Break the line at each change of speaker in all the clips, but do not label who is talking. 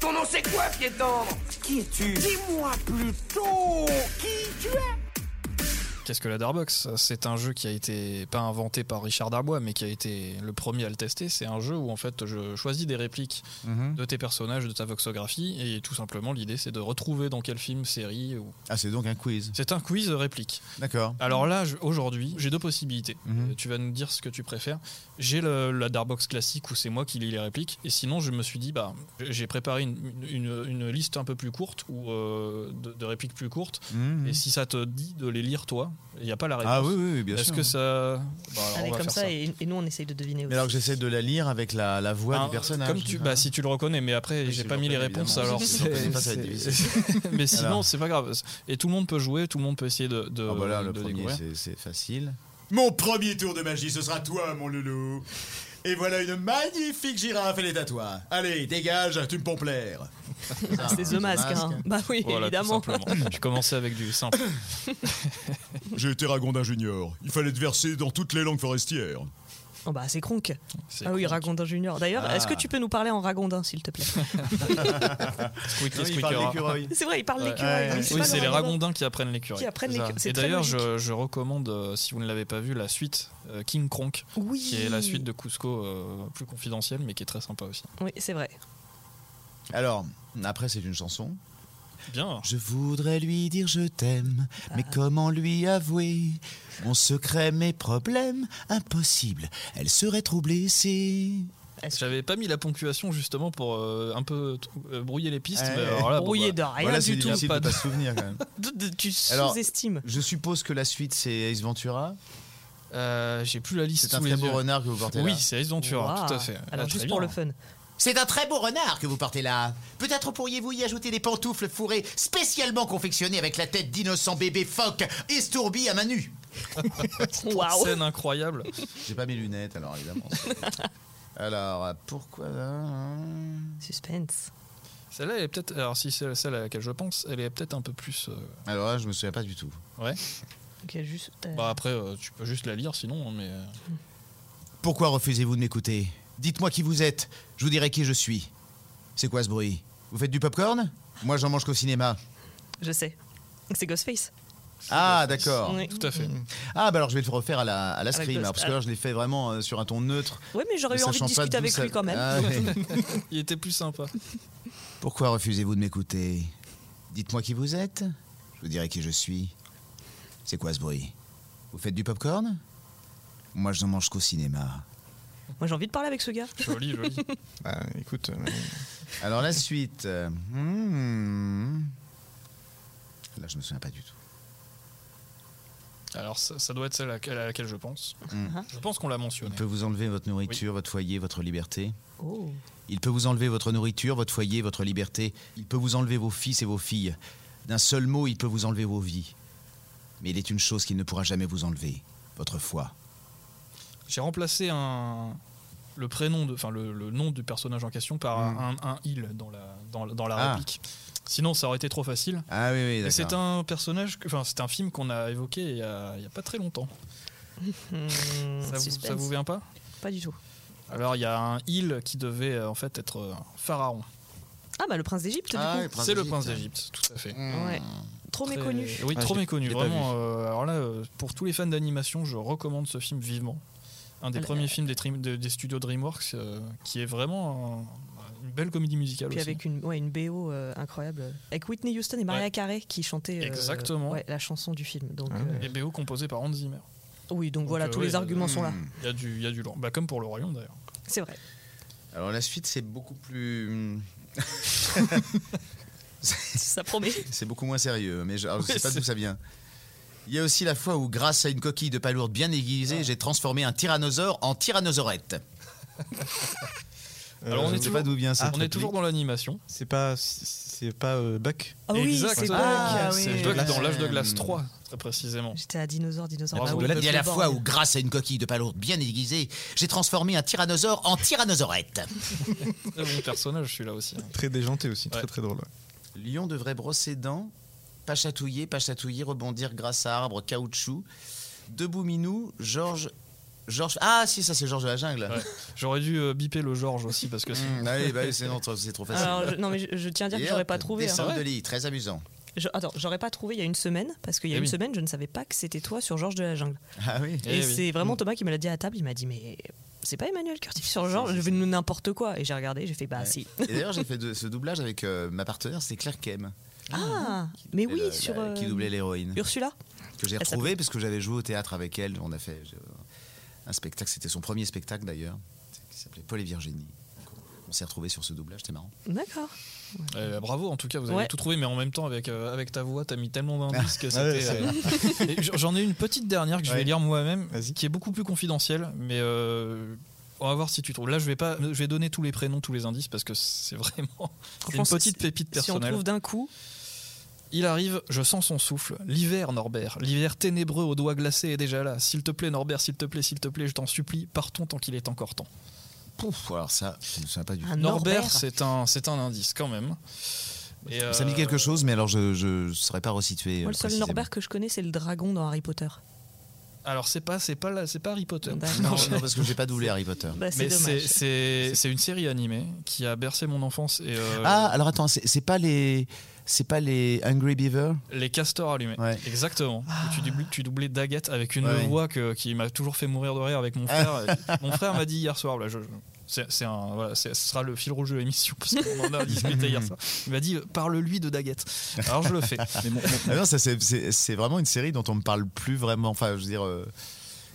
Ton nom c'est quoi, pied tendre
Qui es-tu
Dis-moi plutôt qui tu es
Qu'est-ce que la Darbox C'est un jeu qui a été pas inventé par Richard Darbois, mais qui a été le premier à le tester. C'est un jeu où en fait je choisis des répliques
Mhm.
de tes personnages, de ta voxographie, et tout simplement l'idée c'est de retrouver dans quel film, série. Ou...
Ah, c'est donc un quiz.
C'est un quiz de répliques.
D'accord.
Alors là, je- aujourd'hui, j'ai deux possibilités.
Mhm.
Euh, Tu vas nous dire ce que tu préfères. J'ai le- la Darbox classique où c'est moi qui lis les répliques. Et sinon, je me suis dit, bah, j'ai préparé une, une- une liste un peu plus courte ou euh, de, de répliques plus courtes.
Mhm.
Et si ça te dit de les lire toi, il n'y a pas la réponse.
Ah oui, oui, oui, bien sûr.
Est-ce que ça. Bah, alors,
Allez,
on va
comme
faire
ça, Et, et nous on essaye de deviner
Mais
aussi.
alors que j'essaie de la lire avec la, la voix
Ah,
du personnage.
Comme tu, bah, si tu le reconnais, mais après,
Oui,
j'ai
si
pas
je
mis les
reconnais,
réponses,
évidemment.
alors
Si je reconnais
c'est-
pas, ça va être
c'est-
difficile.
Mais sinon,
Alors.
c'est pas grave. Et tout le monde peut jouer, tout le monde peut essayer de, de,
Ah bah là, le
de
premier,
découvrir.
c'est- c'est facile.
Mon premier tour de magie, ce sera toi, mon loulou. Et voilà une magnifique girafe, elle est à toi. Allez, dégage, tu me pompes l'air.
Ah, c'est The Mask, hein. Bah oui,
Voilà, tout
évidemment.
simplement. Je commençais avec du simple.
J'ai été Ragondin Junior. Il fallait te verser dans toutes les langues forestières.
Oh, bah c'est Kronk.
C'est
Ah oui, Ragondin Junior. D'ailleurs,
Ah.
est-ce que tu peux nous parler en Ragondin, s'il te plaît
Squeaky
Non, il
Squeaker.
parle d'écureuil.
C'est vrai, il parle
Ouais.
l'écureuil.
Ouais.
oui,
Oui,
pas
c'est
le
les
Ragondin
ragondins qui apprennent l'écureuil.
Qui apprennent l'écureuil.
Et
C'est très
d'ailleurs,
logique.
je, je recommande, euh, si vous ne l'avez pas vu, la suite euh, King Kronk,
Oui.
qui est la suite de Cusco, euh, plus confidentielle, mais qui est très sympa aussi.
Oui, c'est vrai.
Alors, après, c'est une chanson.
Bien.
Je voudrais lui dire je t'aime, mais comment lui avouer Mon secret, mes problèmes, impossible. Elle serait trop blessée.
J'avais pas mis la ponctuation justement pour euh, un peu t- euh, brouiller les pistes.
Ouais.
mais alors là, bon,
Brouillé
bah,
de rien
voilà, c'est
du tout.
difficile
pas
de
de-
pas se souvenir quand même.
De- de- Tu
Alors,
sous-estimes.
Je suppose que la suite, c'est Ace Ventura.
euh, J'ai plus la liste
C'est un
sous
très
les
beau
yeux.
renard que vous portez là.
Oui, c'est Ace Ventura,
Ouah.
tout à fait.
Alors,
Ah,
juste
très
pour
bien.
le fun.
C'est un très beau renard que vous portez là. Peut-être pourriez-vous y ajouter des pantoufles fourrées spécialement confectionnées avec la tête d'innocent bébé phoque estourbi à main nue.
Waouh.
Scène incroyable.
J'ai pas mes lunettes, alors évidemment. alors, pourquoi hein,
Suspense.
Celle-là, elle est peut-être. Alors, si c'est celle à laquelle je pense, elle est peut-être un peu plus. euh,
Alors là, je me souviens pas du tout.
Ok, juste. euh,
Bah, après, euh, tu peux juste la lire sinon, mais. euh,
Pourquoi refusez-vous de m'écouter Dites-moi qui vous êtes, je vous dirai qui je suis. C'est quoi ce bruit Vous faites du popcorn Moi, j'en mange qu'au cinéma.
Je sais. C'est Ghostface.
Ah, d'accord.
Oui.
Tout à fait.
Ah, bah alors je vais le refaire à la, à la
Avec
scream,
le-
alors, parce que là, je l'ai fait vraiment euh, sur un ton neutre.
Ouais, mais j'aurais eu
ne
envie de
sachant pas
discuter
d'où
avec
ça-
lui quand même.
Ah, ouais.
Il était plus sympa.
Pourquoi refusez-vous de m'écouter Dites-moi qui vous êtes, je vous dirai qui je suis. C'est quoi ce bruit Vous faites du popcorn Moi, je n'en mange qu'au cinéma.
Moi, j'ai envie de parler avec ce gars.
Joli, joli.
Bah, écoute, euh,
Alors la suite. euh, hmm. Là, je me souviens pas du tout.
Alors, ça, ça doit être celle à laquelle, à laquelle je pense.
Mm.
Uh-huh.
Je pense qu'on l'a
Il
mentionné.
peut vous enlever votre nourriture, votre foyer, votre liberté.
Oh.
Il peut vous enlever votre nourriture, votre foyer, votre liberté. Il peut vous enlever vos fils et vos filles. D'un seul mot, il peut vous enlever vos vies. Mais il est une chose qu'il ne pourra jamais vous enlever. Votre foi.
J'ai remplacé un le prénom de, enfin le, le nom du personnage en question par un, un il dans la dans, la- dans la
Hmm. Ah.
réplique. Sinon, ça aurait été trop facile.
Ah oui, oui,
Et
d'accord.
c'est un personnage, que- enfin c'est un film qu'on a évoqué il y a, il y a pas très longtemps.
Hmm,
Ça vous,
suspense.
ça vous vient pas
Pas du tout.
Alors il y a un il qui devait euh, en fait être euh, pharaon.
Ah, bah, le prince d'Égypte,
Ah,
du
le
coup.
prince
C'est le
d'Égypte.
prince d'Égypte, tout à fait.
Ouais. Trop
Très-
méconnu.
Oui,
Ah,
trop
je l'ai-
méconnu.
je l'ai pas
Vraiment, euh, alors là, euh, pour tous les fans d'animation, je recommande ce film vivement. Un des
Ah,
premiers films des, Dream- de- des studios DreamWorks, euh, qui est vraiment un- une belle comédie musicale
Puis
aussi.
avec une, ouais, une BO euh, incroyable. Avec Whitney Houston et Maria Carey qui chantaient euh,
Exactement.
ouais, la chanson du film. Donc,
Ah
euh,
Les BO composés par Hans Zimmer.
oui, donc,
Donc,
voilà,
euh,
tous
ouais,
les
euh,
arguments sont là.
Hmm.
Il y a du, il y a du long. Bah, comme pour le royaume d'ailleurs.
C'est vrai.
Alors la suite, c'est beaucoup plus. hmm,
Ça promet.
C'est beaucoup moins sérieux, mais je, alors, je
Ouais,
sais pas
c'est-
d'où ça vient. Il y a aussi la fois où, grâce à une coquille de palourde bien aiguisée,
Ah.
j'ai transformé un tyrannosaure en tyrannosaurette.
Alors, on
Euh, je
est
ne sais
toujours- Ah,
pas d'où vient cette
on est toujours dans l'animation.
c'est pas, c'est pas euh, Buck.
Ah oui, c'est
Exactement.
Buck.
C'est
Ah oui.
Buck dans
Glace.
l'âge de glace 3, très précisément.
J'étais à Dinosaure, Dinosaure. Bah
Bravo.
Ah oui,
De la-
Il y a la
le
fois où,
bordel.
grâce à une coquille de palourde bien aiguisée, j'ai transformé un tyrannosaure en tyrannosaurette.
Très bon personnage celui-là aussi. hein.
Très déjanté aussi,
Ouais.
très très drôle. ouais.
Lion devrait brosser dents, pas chatouiller, pas chatouiller, rebondir grâce à arbre, caoutchouc. Debout minou, Georges Georges. Ah, si, ça, c'est Georges de la jungle.
Ouais. J'aurais dû euh, biper le Georges aussi parce que c'est-
Hmm, ah oui, bah oui, c'est non, trop- c'est trop facile.
Alors, je- non, mais je, je tiens à dire que
Et
j'aurais
hop,
pas trouvé. hein.
Dessin de lit, très amusant.
Je- attends, j'aurais pas trouvé il y a une semaine, parce qu'il y a
Eh
une
oui.
semaine, je ne savais pas que c'était toi sur Georges de la Jungle.
Ah oui.
Eh
et
oui.
c'est vraiment Thomas qui me l'a dit à table, il m'a dit, mais c'est pas Emmanuel Curtis sur Georges, je vais nous n'importe quoi. Et j'ai regardé, j'ai fait, bah si.
Et d'ailleurs, j'ai fait de- ce doublage avec euh, ma partenaire, c'est Claire Kem.
Ah,
hein.
mais oui,
Et la-
sur
la-
euh,
Qui doublait l'héroïne.
Ursula.
Que j'ai
Elle
retrouvée parce que j'avais joué au théâtre avec elle. On a fait euh, un spectacle, c'était son premier spectacle d'ailleurs, qui s'appelait Paul et Virginie. Donc, On s'est retrouvés sur ce doublage, c'était marrant.
D'accord.
Eh ben, bravo, en tout cas, vous avez
Ouais.
tout trouvé, mais en même temps, avec, euh, avec ta voix, t'as mis tellement d'indices que
Ah ouais,
c'était. euh, et j- J'en ai une petite dernière que je vais
Ouais.
lire moi-même,
Vas-y.
qui est beaucoup plus confidentielle, mais euh, on va voir si tu trouves. Là, je vais pas, je vais donner tous les prénoms, tous les indices, parce que c'est vraiment c'est une
Franchement,
petite
si-
pépite
Si on
personnelle.
trouve d'un coup,
Il arrive, je sens son souffle. L'hiver, Norbert, l'hiver ténébreux aux doigts glacés est déjà là. S'il te plaît, Norbert, s'il te plaît, s'il te plaît, je t'en supplie, partons tant qu'il est encore temps.
Pouf, alors ça, je ne me souviens pas du tout.
un
Norbert,
Norbert,
c'est un, c'est un indice quand même. Et,
Ça me
euh,
dit quelque chose, mais alors je ne saurais pas resituer. euh,
moi le seul
précisément.
Norbert que je connais, c'est le dragon dans Harry Potter.
Alors c'est pas, c'est pas, la- c'est pas Harry Potter.
D'accord.
Non,
Non, je-
non, parce que j'ai pas doublé Harry Potter.
Bah, c'est
Mais c'est-
dommage.
c'est c'est une série animée qui a bercé mon enfance et euh,
Ah, alors attends, c'est c'est pas les, c'est pas les Hungry Beaver
les castors allumés.
Ouais.
Exactement. Où tu, doublais, tu doublais Daguette avec une
Ouais.
voix que- qui m'a toujours fait mourir de rire avec mon
Ah.
frère. Et mon frère m'a dit hier soir, là, je, je- c'est c'est un, voilà, c'est- ce sera le fil rouge de l'émission parce qu'on en a discuté hier soir. Il m'a dit euh, parle-lui de Daguette. Alors je le fais. Mais mon- mon-
Ah non, ça c'est- c'est c'est vraiment une série dont on me parle plus vraiment. Enfin, je veux dire, euh,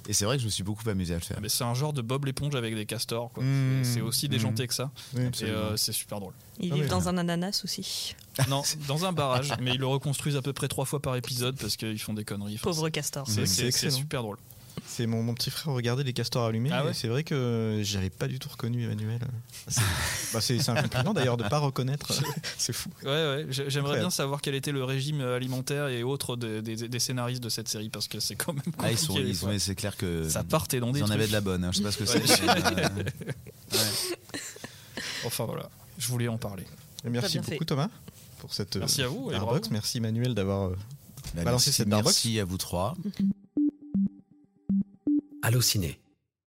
et c'est vrai que je me suis beaucoup amusé à le faire.
mais c'est un genre de Bob l'éponge avec des castors. quoi.
Mmh.
C'est c'est aussi déjanté que ça.
Oui,
Et
absolument.
euh, c'est super drôle.
Ils
Ah oui.
vivent dans un ananas aussi.
Non, dans un barrage, mais ils le reconstruisent à peu près trois fois par épisode parce qu'ils font des conneries. Enfin,
Pauvre castor.
c'est-
Mmh.
C'est
C'est
c'est
excellent.
super drôle.
C'est mon, mon petit frère regardait les castors allumés.
Ah ouais
et c'est vrai que j'avais pas du tout reconnu Emmanuel. C'est bah, c'est- c'est un compliment d'ailleurs de pas reconnaître. C'est fou.
Ouais, ouais, j'ai- j'aimerais
Incroyable.
bien savoir quel était le régime euh, alimentaire et autres des, des- des scénaristes de cette série parce que c'est quand même compliqué.
Ah, ils sont,
des
ils
fois.
sont- c'est clair que
ça partait dans des
ils en
trucs.
avaient de la bonne. hein. Je sais pas ce que
Ouais.
c'est. mais, euh,
Enfin voilà, je voulais en parler.
Euh,
Et Merci
bien
beaucoup
fait.
Thomas pour cette euh,
Merci à vous et bravo.
Starbucks. Merci Emmanuel d'avoir euh,
bah,
Balancer
merci,
cette Starbucks.
merci à vous trois.
Allociné.